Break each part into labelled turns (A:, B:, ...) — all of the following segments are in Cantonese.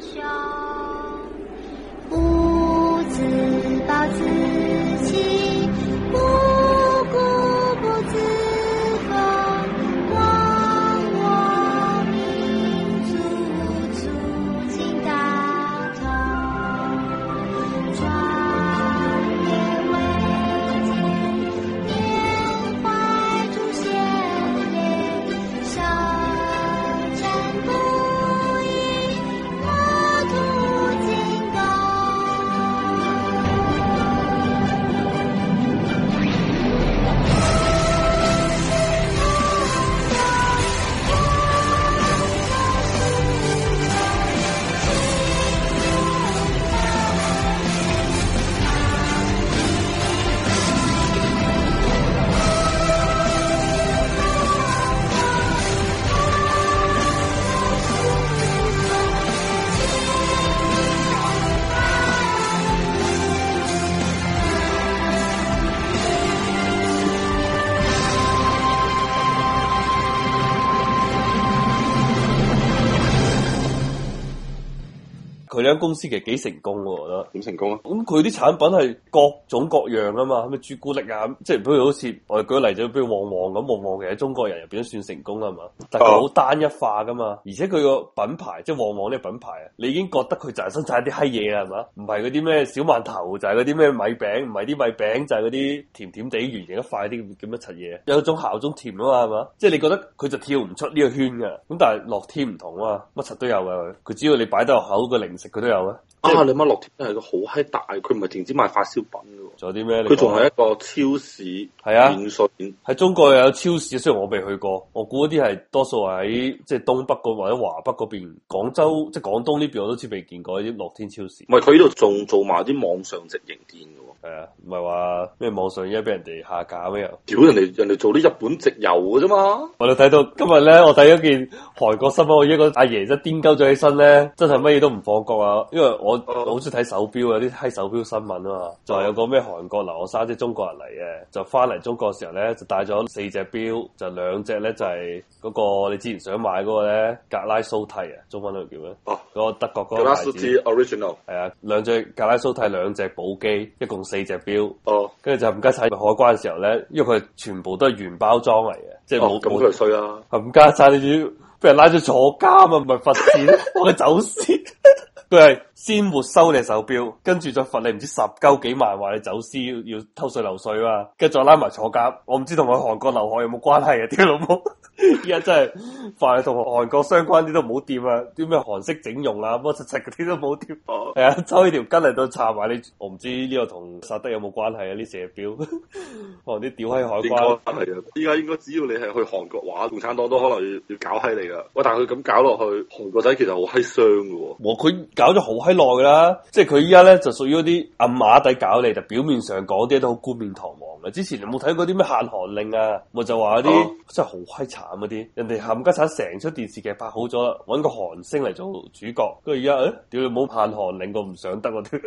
A: 胸，不自暴自弃，不固不自封，忘我民族促进大同，壮烈伟健，缅怀祖先烈，少战不已，国土建构。
B: 佢間公司其實幾成功喎，我覺得。
C: 點成功啊？
B: 咁佢啲產品係各種各樣啊嘛，係咪朱古力啊？即係譬如好似我哋舉例就，譬如旺旺咁，旺旺其實中國人入邊都算成功啦係
C: 哦
B: 嘛，但係佢好單一化噶嘛，而且佢個品牌即係旺旺呢個品牌啊，你已經覺得佢就係生產啲閪嘢啦係嘛，唔係嗰啲咩小饅頭就係嗰啲咩米餅，唔係啲米餅就係嗰啲甜甜地圓形一塊啲咁一柒嘢，有一種效中甜啊嘛係嘛，即係你覺得佢就跳唔出呢個圈嘅，咁但係樂天唔同啊嘛，乜柒都有嘅佢，佢只要你擺得入口個零食佢都有啊，
C: 啊！你媽樂天真係個好閪大，佢唔係淨止賣快消品嘅喎，
B: 仲有啲咩？你
C: 佢仲
B: 講啊
C: 係一個超市，
B: 係啊
C: 免稅店
B: 喺中國又有超市，雖然我未去過，我估嗰啲係多數喺即係東北嗰或者華北嗰邊，廣州即係廣東呢邊我都似未見過啲樂天超市
C: 唔。係佢呢度仲做埋啲網上直營店嘅喎。
B: 係啊，唔係話咩網上而家俾人哋下架咩又。
C: 屌人哋人哋做啲日本直郵嘅啫嘛，
B: 我哋睇到今日咧，我睇咗件韓國新聞，我依個阿爺真係癲鳩咗起身咧，真係乜嘢都唔放過啊！因為我我好中意睇手錶啊，啲閪手錶新聞啊嘛，就係有個咩韓國留學生即係中國人嚟嘅，就翻嚟中國嘅時候咧，就帶咗四隻錶，就兩隻咧就係、嗰個你之前想買嗰個咧格拉蘇蒂啊，中文嗰個叫咩？
C: 哦，
B: 嗰個德國嗰
C: 格
B: 個
C: 拉
B: 牌
C: 斯
B: 子。
C: 之 original，
B: 係啊，兩隻格拉蘇蒂，兩隻寶璣，一共四隻錶。
C: 哦，
B: 跟住就唔加晒海關嘅時候咧，因為佢全部都係原包裝嚟嘅，即係
C: 哦
B: 冇
C: 咁
B: 冇
C: 佢就衰啦，
B: 冚家晒你要俾人拉咗坐監啊，唔係罰錢，我係走私。佢係先沒收你手錶，跟住再罰你唔知十鳩幾萬，話你走私要要偷稅漏稅啊，跟住再拉埋坐監。我唔知同佢韓國留學有冇關係啊？屌老母！ 依家真係凡係同韓國相關啲都唔好掂啊！啲咩韓式整容啊、乜柒柒嗰啲都唔好掂。
C: 哦，
B: 係啊，抽起條筋嚟到查埋你，我唔知呢個同薩德有冇關係啊？呢射錶， 可能啲屌喺海
C: 應
B: 關。
C: 該係啊，依家應該只要你係去韓國玩，共產黨都可能要要搞閪你噶，喂，但係佢咁搞落去，韓國仔其實好閪傷嘅喎。
B: 我佢搞咗好閪耐噶啦，即係佢依家咧就屬於嗰啲暗啞底搞你，就表面上講啲嘢都好冠冕堂皇嘅。之前你有冇睇過啲咩限韓令啊？咪就話嗰啲
C: 哦
B: 真係好閪慘嗰啲，人哋冚家產成出電視劇拍好咗啦，揾個韓星嚟做主角，跟住而家誒，屌你冇限韓令，我唔上得我屌，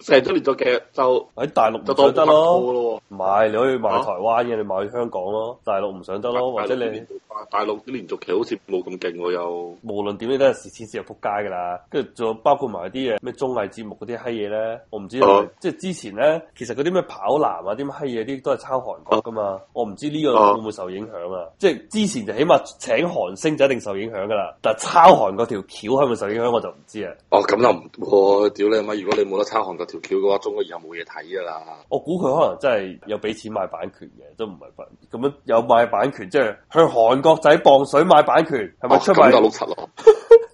C: 成成咗連咗嘅就
B: 喺大陸
C: 就
B: 唔
C: 當
B: 上得
C: 得
B: 咯，
C: 咯
B: 唔係你可以買
C: 啊
B: 台灣嘅，你買去香港咯，大陸唔上得
C: 喎，
B: 咯，或者
C: 大陸啲
B: 你
C: 連。續大陸啲連續劇好似冇咁勁喎又。
B: 無論點你都係蝕錢蝕入仆街噶啦，跟住仲有包括埋啲嘢咩綜藝節目嗰啲閪嘢咧，我唔知係咪
C: 啊
B: 即係之前咧，其實嗰啲咩跑男啊啲咁閪嘢啲都係抄韓國噶嘛，我唔知呢
C: 啊
B: 個會唔會受影響啊？即係之前就起碼請韓星就一定受影響噶啦，但係抄韓國條橋係咪受影響我就唔知啊。
C: 哦，咁又唔喎，屌你媽！如果你冇得抄韓國條橋嘅話，中國以後冇嘢睇噶啦。
B: 我估佢可能真係有俾錢買版權嘅，都唔係版咁樣有買版權，即係向韓國仔磅水買版權，係咪
C: 哦
B: 出賣
C: 咁就碌柒咯。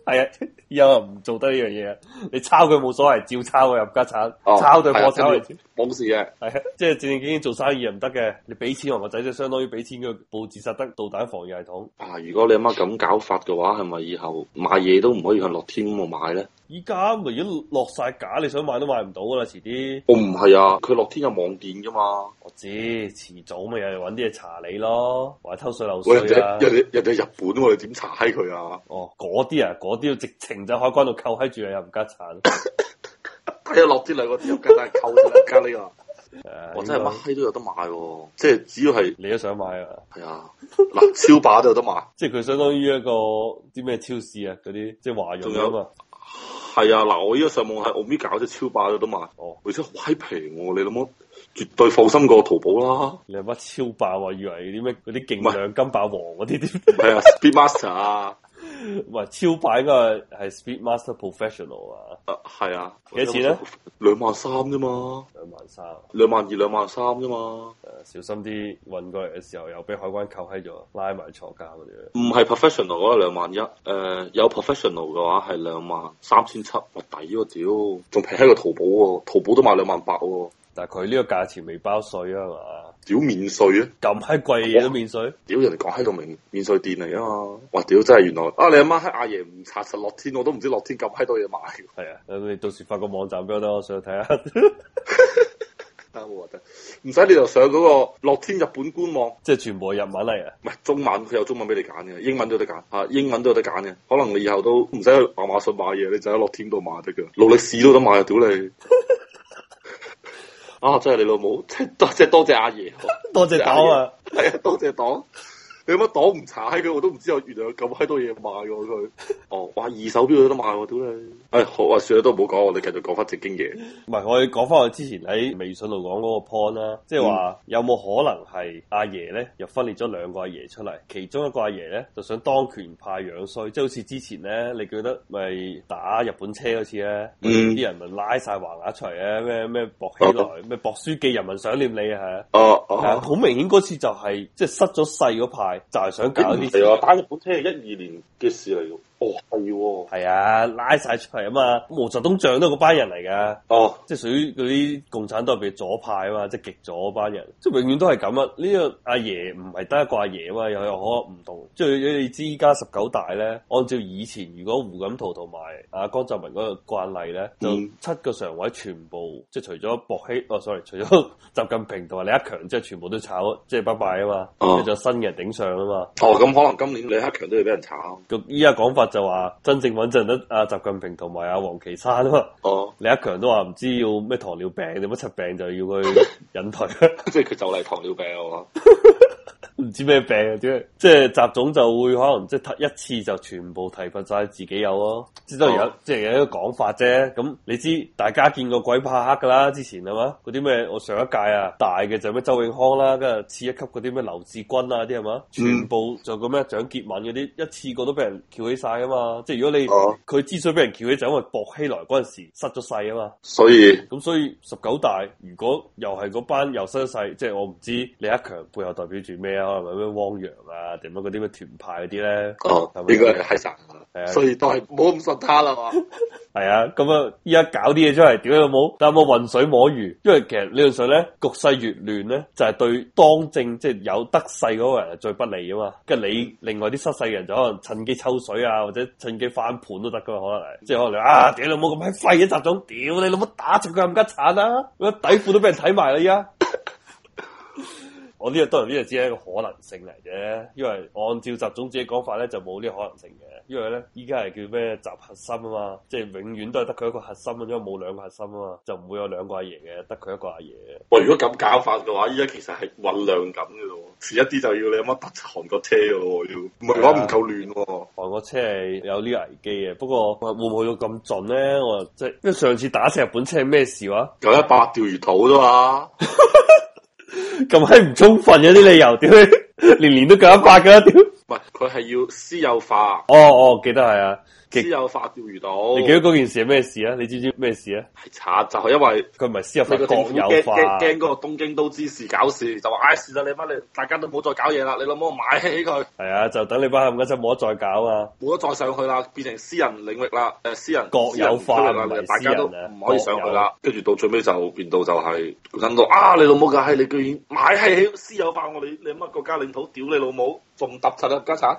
B: 系啊，以後唔做得呢樣嘢，啊你抄佢冇所謂，照抄啊佢入家產，
C: 哦
B: 抄對
C: 係啊
B: 破產為止。
C: 冇事嘅，
B: 系啊，即係正正經經做生意又唔得嘅，你俾錢我個仔就相當於俾錢佢布置實得導彈防禦系統。
C: 啊！如果你阿媽咁搞法嘅話，係咪以後買嘢都唔可以向樂天嗰度買咧？
B: 依家咪已經落晒架，你想買都買唔到噶啦，遲啲。
C: 我唔係啊，佢樂天有網店噶嘛。
B: 我知，遲早咪有人揾啲嘢查你咯，或者偷税漏
C: 喂，人
B: 税啊
C: 哋。人哋人哋日本喎，你點查閪佢啊？
B: 哦，嗰啲啊，嗰啲要直情就海關度啊 扣喺住你入家產。
C: 睇下樂天兩個字，梗係溝啦，加呢個。
B: 誒
C: 我真係
B: 應
C: 乜
B: 該
C: 閪都有得賣喎，即係只要係
B: 你都想買啊？
C: 係啊，嗱超把都有得賣，
B: 即係佢相當於一個啲咩超市啊，嗰啲即係華
C: 仲
B: 潤
C: 有
B: 啊嘛。
C: 係啊，嗱我依家上網喺 Omega 隻超把都有得賣，
B: 哦，
C: 而且好閪平喎，你諗我絕對放心過淘寶 啦，
B: 你係乜超爆啊？以為啲咩嗰啲
C: 唔
B: 勁
C: 係
B: 量金霸王嗰啲啲，
C: 係啊，Speedmaster 啊，
B: 唔係超霸應該係係 Speedmaster Professional 啊，
C: 啊係啊，
B: 幾多錢咧？
C: 兩萬三啫嘛，
B: 兩萬三。
C: 兩萬二兩萬三啫嘛。
B: 誒，小心啲運過嚟嘅時候又俾海關扣喺咗，拉埋坐監嗰啲。
C: 唔係 professional 嗰個兩萬一，誒有 professional 嘅話係兩萬三千七，我抵喎屌，仲平喺個淘寶喎，淘寶都賣兩萬八喎，
B: 但係佢呢個價錢未包税啊嘛，
C: 屌免税啊！
B: 咁閪貴嘢都免税。
C: 屌人哋講喺度免免税店嚟啊嘛，哇屌真係原來啊你阿媽喺阿爺唔查實樂天，我都唔知樂天咁閪多嘢買喎，
B: 係啊，咁你到時發個網站俾我得，我上去睇下。
C: 得我覺得唔使你就上嗰個樂天日本官網，
B: 即係全部係日文嚟啊！
C: 唔係中文佢有中文俾你揀嘅，英文都有得揀嚇，英文都有得揀嘅，可能你以後都唔使去亞馬遜買嘢，你就喺樂天度買得㗎，勞力士都得買啊，屌你！啊！真係你老母，即係多即係多謝阿爺，
B: 多謝黨啊！
C: 係啊，多謝黨。你乜黨唔查閪佢，我都唔知有原來有咁閪多嘢賣喎佢。哦，哇！二手錶都有得賣喎，屌你！唉、好啊，算啦，都唔好講，我哋繼續講翻正經嘢。
B: 唔係，我哋講翻我之前喺微信度講嗰個 point 啦，即係
C: 嗯
B: 話有冇可能係阿爺咧，又分裂咗兩個阿爺出嚟，其中一個阿爺咧就想當權派樣衰，即係好似之前咧，你記得咪打日本車嗰次咧，
C: 嗯
B: 啲人咪拉晒橫額出嚟咧，咩咩薄熙來，咩薄書記，人民想念你啊！
C: 哦
B: 係啊，
C: 哦，
B: 好明顯嗰次就係、即係失咗勢嗰派，就係、想搞
C: 係
B: 啲
C: 啊，
B: 事。
C: 打日本車係一二年嘅事嚟嘅。哦，係喎。
B: 係啊，拉晒出嚟啊嘛！毛澤東像都係嗰班人嚟㗎。
C: 哦，
B: 即係屬於嗰啲共產黨入邊左派啊嘛，即係極左嗰班人，即係永遠都係咁啊！呢、個阿爺唔係得一個阿爺啊嘛，又有可唔同。即係你知依家十九大咧，按照以前如果胡錦濤同埋阿江澤民嗰個慣例咧，就
C: 嗯
B: 七個常委全部即係除咗薄熙，哦，sorry，除咗 習近平同埋李克強之後，全部都炒，即係拜拜啊嘛，
C: 哦
B: 跟住、有新嘅人頂上啊嘛。
C: 哦，咁可能今年李克強都要俾人炒。
B: 咁依家講法就話真正穩陣得阿習近平同埋阿黃岐山啊嘛。
C: 哦，
B: 李克強都話唔知要咩糖尿病定乜柒病就要佢引退，
C: 即係佢就嚟糖尿病喎。
B: 唔知咩病啊？點即係習總就會可能即係一次就全部提拔晒自己有咯，即係當然有
C: 哦
B: 即係有一個講法啫。咁你知大家見過鬼怕黑噶啦，之前係嘛？嗰啲咩我上一屆啊，大嘅就咩周永康啦，跟住次一級嗰啲咩劉志軍啊啲係嘛？
C: 嗯
B: 全部就個咩蔣潔敏嗰啲，一次過都俾人撬起晒噶啊嘛。即係如果你
C: 哦
B: 佢、之所以俾人撬起，就因為薄熙來嗰陣時失咗勢啊嘛。
C: 所以
B: 咁所以十九大如果又係嗰班又新勢，即係我唔知李克強背後代表住咩啊？可能係咩汪洋啊，定乜嗰啲咩團派嗰啲咧？
C: 哦
B: 係，咪
C: 應該係閪晒
B: 係啊
C: 所以都係唔好咁信他啦嘛。
B: 係啊，咁啊，依家搞啲嘢出嚟，屌你老母，但有冇混水摸魚？因為其實理論上咧，局勢越亂咧，就係、對當政即係有得勢嗰個人係最不利啊嘛。跟住你另外啲失勢嘅人就可能趁機抽水啊，或者趁機翻盤都得噶嘛，可能係即係可能你啊，屌你老母咁閪廢嘅習總，屌你老母打直佢冚家鏟啦，個底褲都俾人睇埋啦依家。我呢個當然呢個只係一個可能性嚟啫，因為按照習總自己講法咧，就冇呢個可能性嘅，因為咧依家係叫咩集核心啊嘛，即係永遠都係得佢一個核心啊，因為冇兩個核心啊嘛，就唔會有兩個阿爺嘅，得佢一個阿爺嘅。
C: 喂，如果咁搞法嘅話，依家其實係醖釀緊嘅咯喎，遲一啲就要你阿媽搭韓國車嘅咯喎，要唔係嘅話唔夠亂喎。
B: 韓國車係有呢個危機嘅，不過會唔會去到咁盡咧？我即係因為上次打死日本車係咩事話
C: 九一八釣魚島啫嘛，
B: 咁閪唔充分嘅啲理由，屌你 年年都搞一百噶，屌！
C: 唔係佢係要私有化，
B: 哦哦，記得係啊，
C: 私
B: 極
C: 有化釣魚
B: 你記得
C: 島
B: 嗰件事係咩事啊？你知唔知咩事啊？
C: 係慘，就係因為
B: 佢唔係私有化，
C: 你個政
B: 國
C: 府
B: 有
C: 驚
B: 化。
C: 驚驚嗰個東京都知事搞事，就話唉是啦，你乜你大家都唔好再搞嘢啦，你老母買起佢，
B: 系啊，就等你班冚家真冇得再搞啊！
C: 冇得再上去啦，變成私人領域啦，誒私人
B: 國有化
C: 私人
B: 唔
C: 區域啦，
B: 係
C: 大家都
B: 私人啊
C: 唔可以上去啦。跟住到最尾就變到就係諗到啊，你老母嘅閪，你居然買係私有化我哋你乜國家領土，屌你老母，仲揼柒啊家產！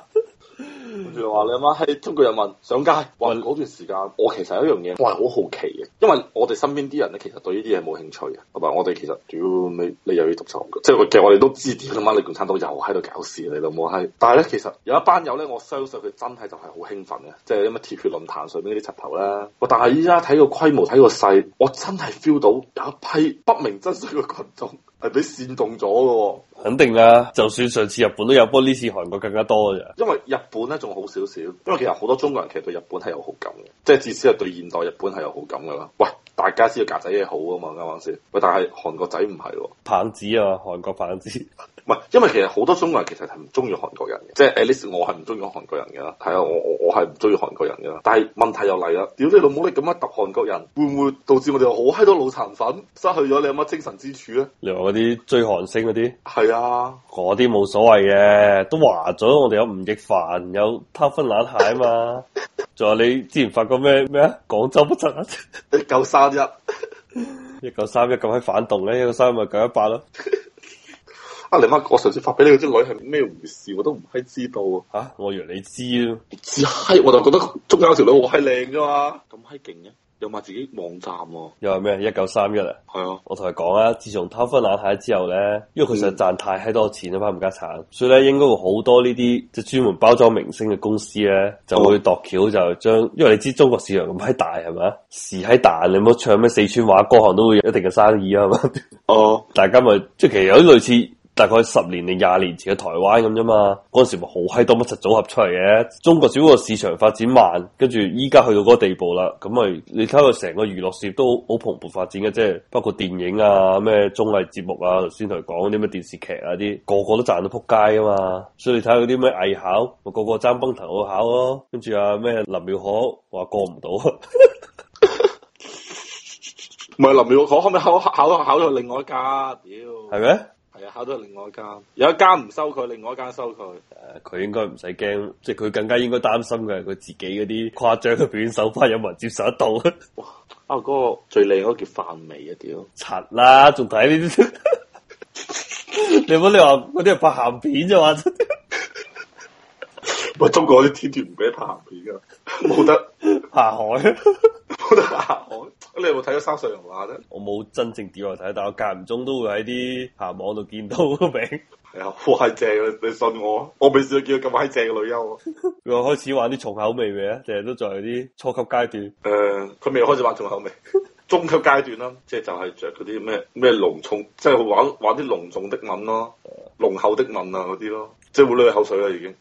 C: 跟住話你阿媽係中國人民上街，哇！
B: 喂
C: 嗰段時間我其實有一樣嘢，我係好好奇嘅，因為我哋身邊啲人咧，其實對呢啲嘢冇興趣嘅，同埋我哋其實屌你你又要讀手，即係其實我哋都知屌你媽你共產黨又喺度搞事你老母閪！但係咧，其實有一班友咧，我相信佢真係就係好興奮嘅，即係啲乜鐵血論壇上面嗰啲柒頭啦。喂但係依家睇個規模睇個勢，我真係 feel 到有一批不明真相嘅群眾係俾煽動咗嘅喎。
B: 肯定啦。就算上次日本都有，不過呢次韓國更加多嘅啫。
C: 因為日本咧仲好少少，因為其實好多中國人其實對日本係有好感嘅，即係至少係對現代日本係有好感噶啦。喂，大家知道格仔嘢好啊嘛，啱唔啱先？喂，但係韓國仔唔係喎，
B: 棒子啊，韓國棒子。
C: 唔係，因為其實好多中國人其實係唔中意韓國人嘅，即係 at least 我係唔中意韓國人嘅啦，係啊，我我我係唔中意韓國人嘅啦。但係問題又嚟啦，屌你老母你咁樣揼韓國人，會唔會導致我哋好閪多腦殘粉失去咗你阿媽精神支柱咧？
B: 你話嗰啲追韓星嗰啲，
C: 係啊，
B: 嗰啲冇所謂嘅，都話咗我哋有吳亦凡，有他分冷蟹啊 嘛。仲有你之前發過咩咩啊？廣州不振啊，
C: 一九三一。
B: 一九三一咁喺反動咧，一九三一咪九一八咯。
C: 啊！你媽！我上次發俾你嗰啲女係咩回事，我都唔閪知道啊！
B: 吓、我以為你知啊，
C: 只閪，我就覺得中間嗰條女好閪靚噶嘛，咁閪勁嘅，有埋自己網站喎、
B: 又係咩一九三一啊？
C: 係啊，
B: 我同佢講啊，自從偷分冷蟹之後咧，因為佢實賺太閪多錢啊嘛，冚家產，所以咧應該會好多呢啲即係專門包裝明星嘅公司咧，就會度橋就將，因為你知中國市場咁閪大係咪啊？時閪大，你冇唱咩四川話歌行都會有一定嘅生意啊係嘛，
C: 哦，
B: 大家咪即係其實有啲類似。大概十年定廿年前嘅台灣咁啫嘛，嗰陣時咪好閪多乜柒組合出嚟嘅。中國只不過市場發展慢，跟住依家去到嗰個地步啦，咁咪你睇佢成個娛樂事業都好好蓬勃發展嘅，即係包括電影啊、咩綜藝節目啊，頭先同佢講嗰啲咩電視劇啊啲，個個都賺到撲街啊嘛。所以你睇下嗰啲咩藝考，咪個個爭崩頭去考咯，跟住啊咩林妙可話過唔到。
C: 唔係林妙可可唔可以考考考考到另外一間？屌，
B: 係咩？
C: 係啊，考到另外一間，有一間唔收佢，另外一間收佢。
B: 誒佢應該唔使驚，即係佢更加應該擔心嘅係佢自己嗰啲誇張嘅表演手法有冇人接受得到。
C: 啊，嗰、個最靚嗰個叫范美啊，屌！
B: 柒啦，仲睇呢啲？你唔好你話嗰啲係拍鹹片啫嘛？
C: 喂，中國啲天團唔俾拍鹹片噶，冇得
B: 下海，
C: 冇得拍鹹海。你有冇睇咗《三上悠亞》咧？
B: 我冇真正點嚟睇，但我間唔中都會喺啲鹹網度見到個名。
C: 係啊，好閪正啊！你信我啊，我未試過見到咁閪正嘅女優啊。
B: 佢話開始玩啲重口味未啊？定係都仲係啲初級階段？
C: 誒，呃佢、未開始玩重口味，中級階段啦，即係就係着嗰啲咩咩濃重，即係玩玩啲濃重的吻咯，濃厚的吻啊嗰啲咯，即係會濺口水啦已經。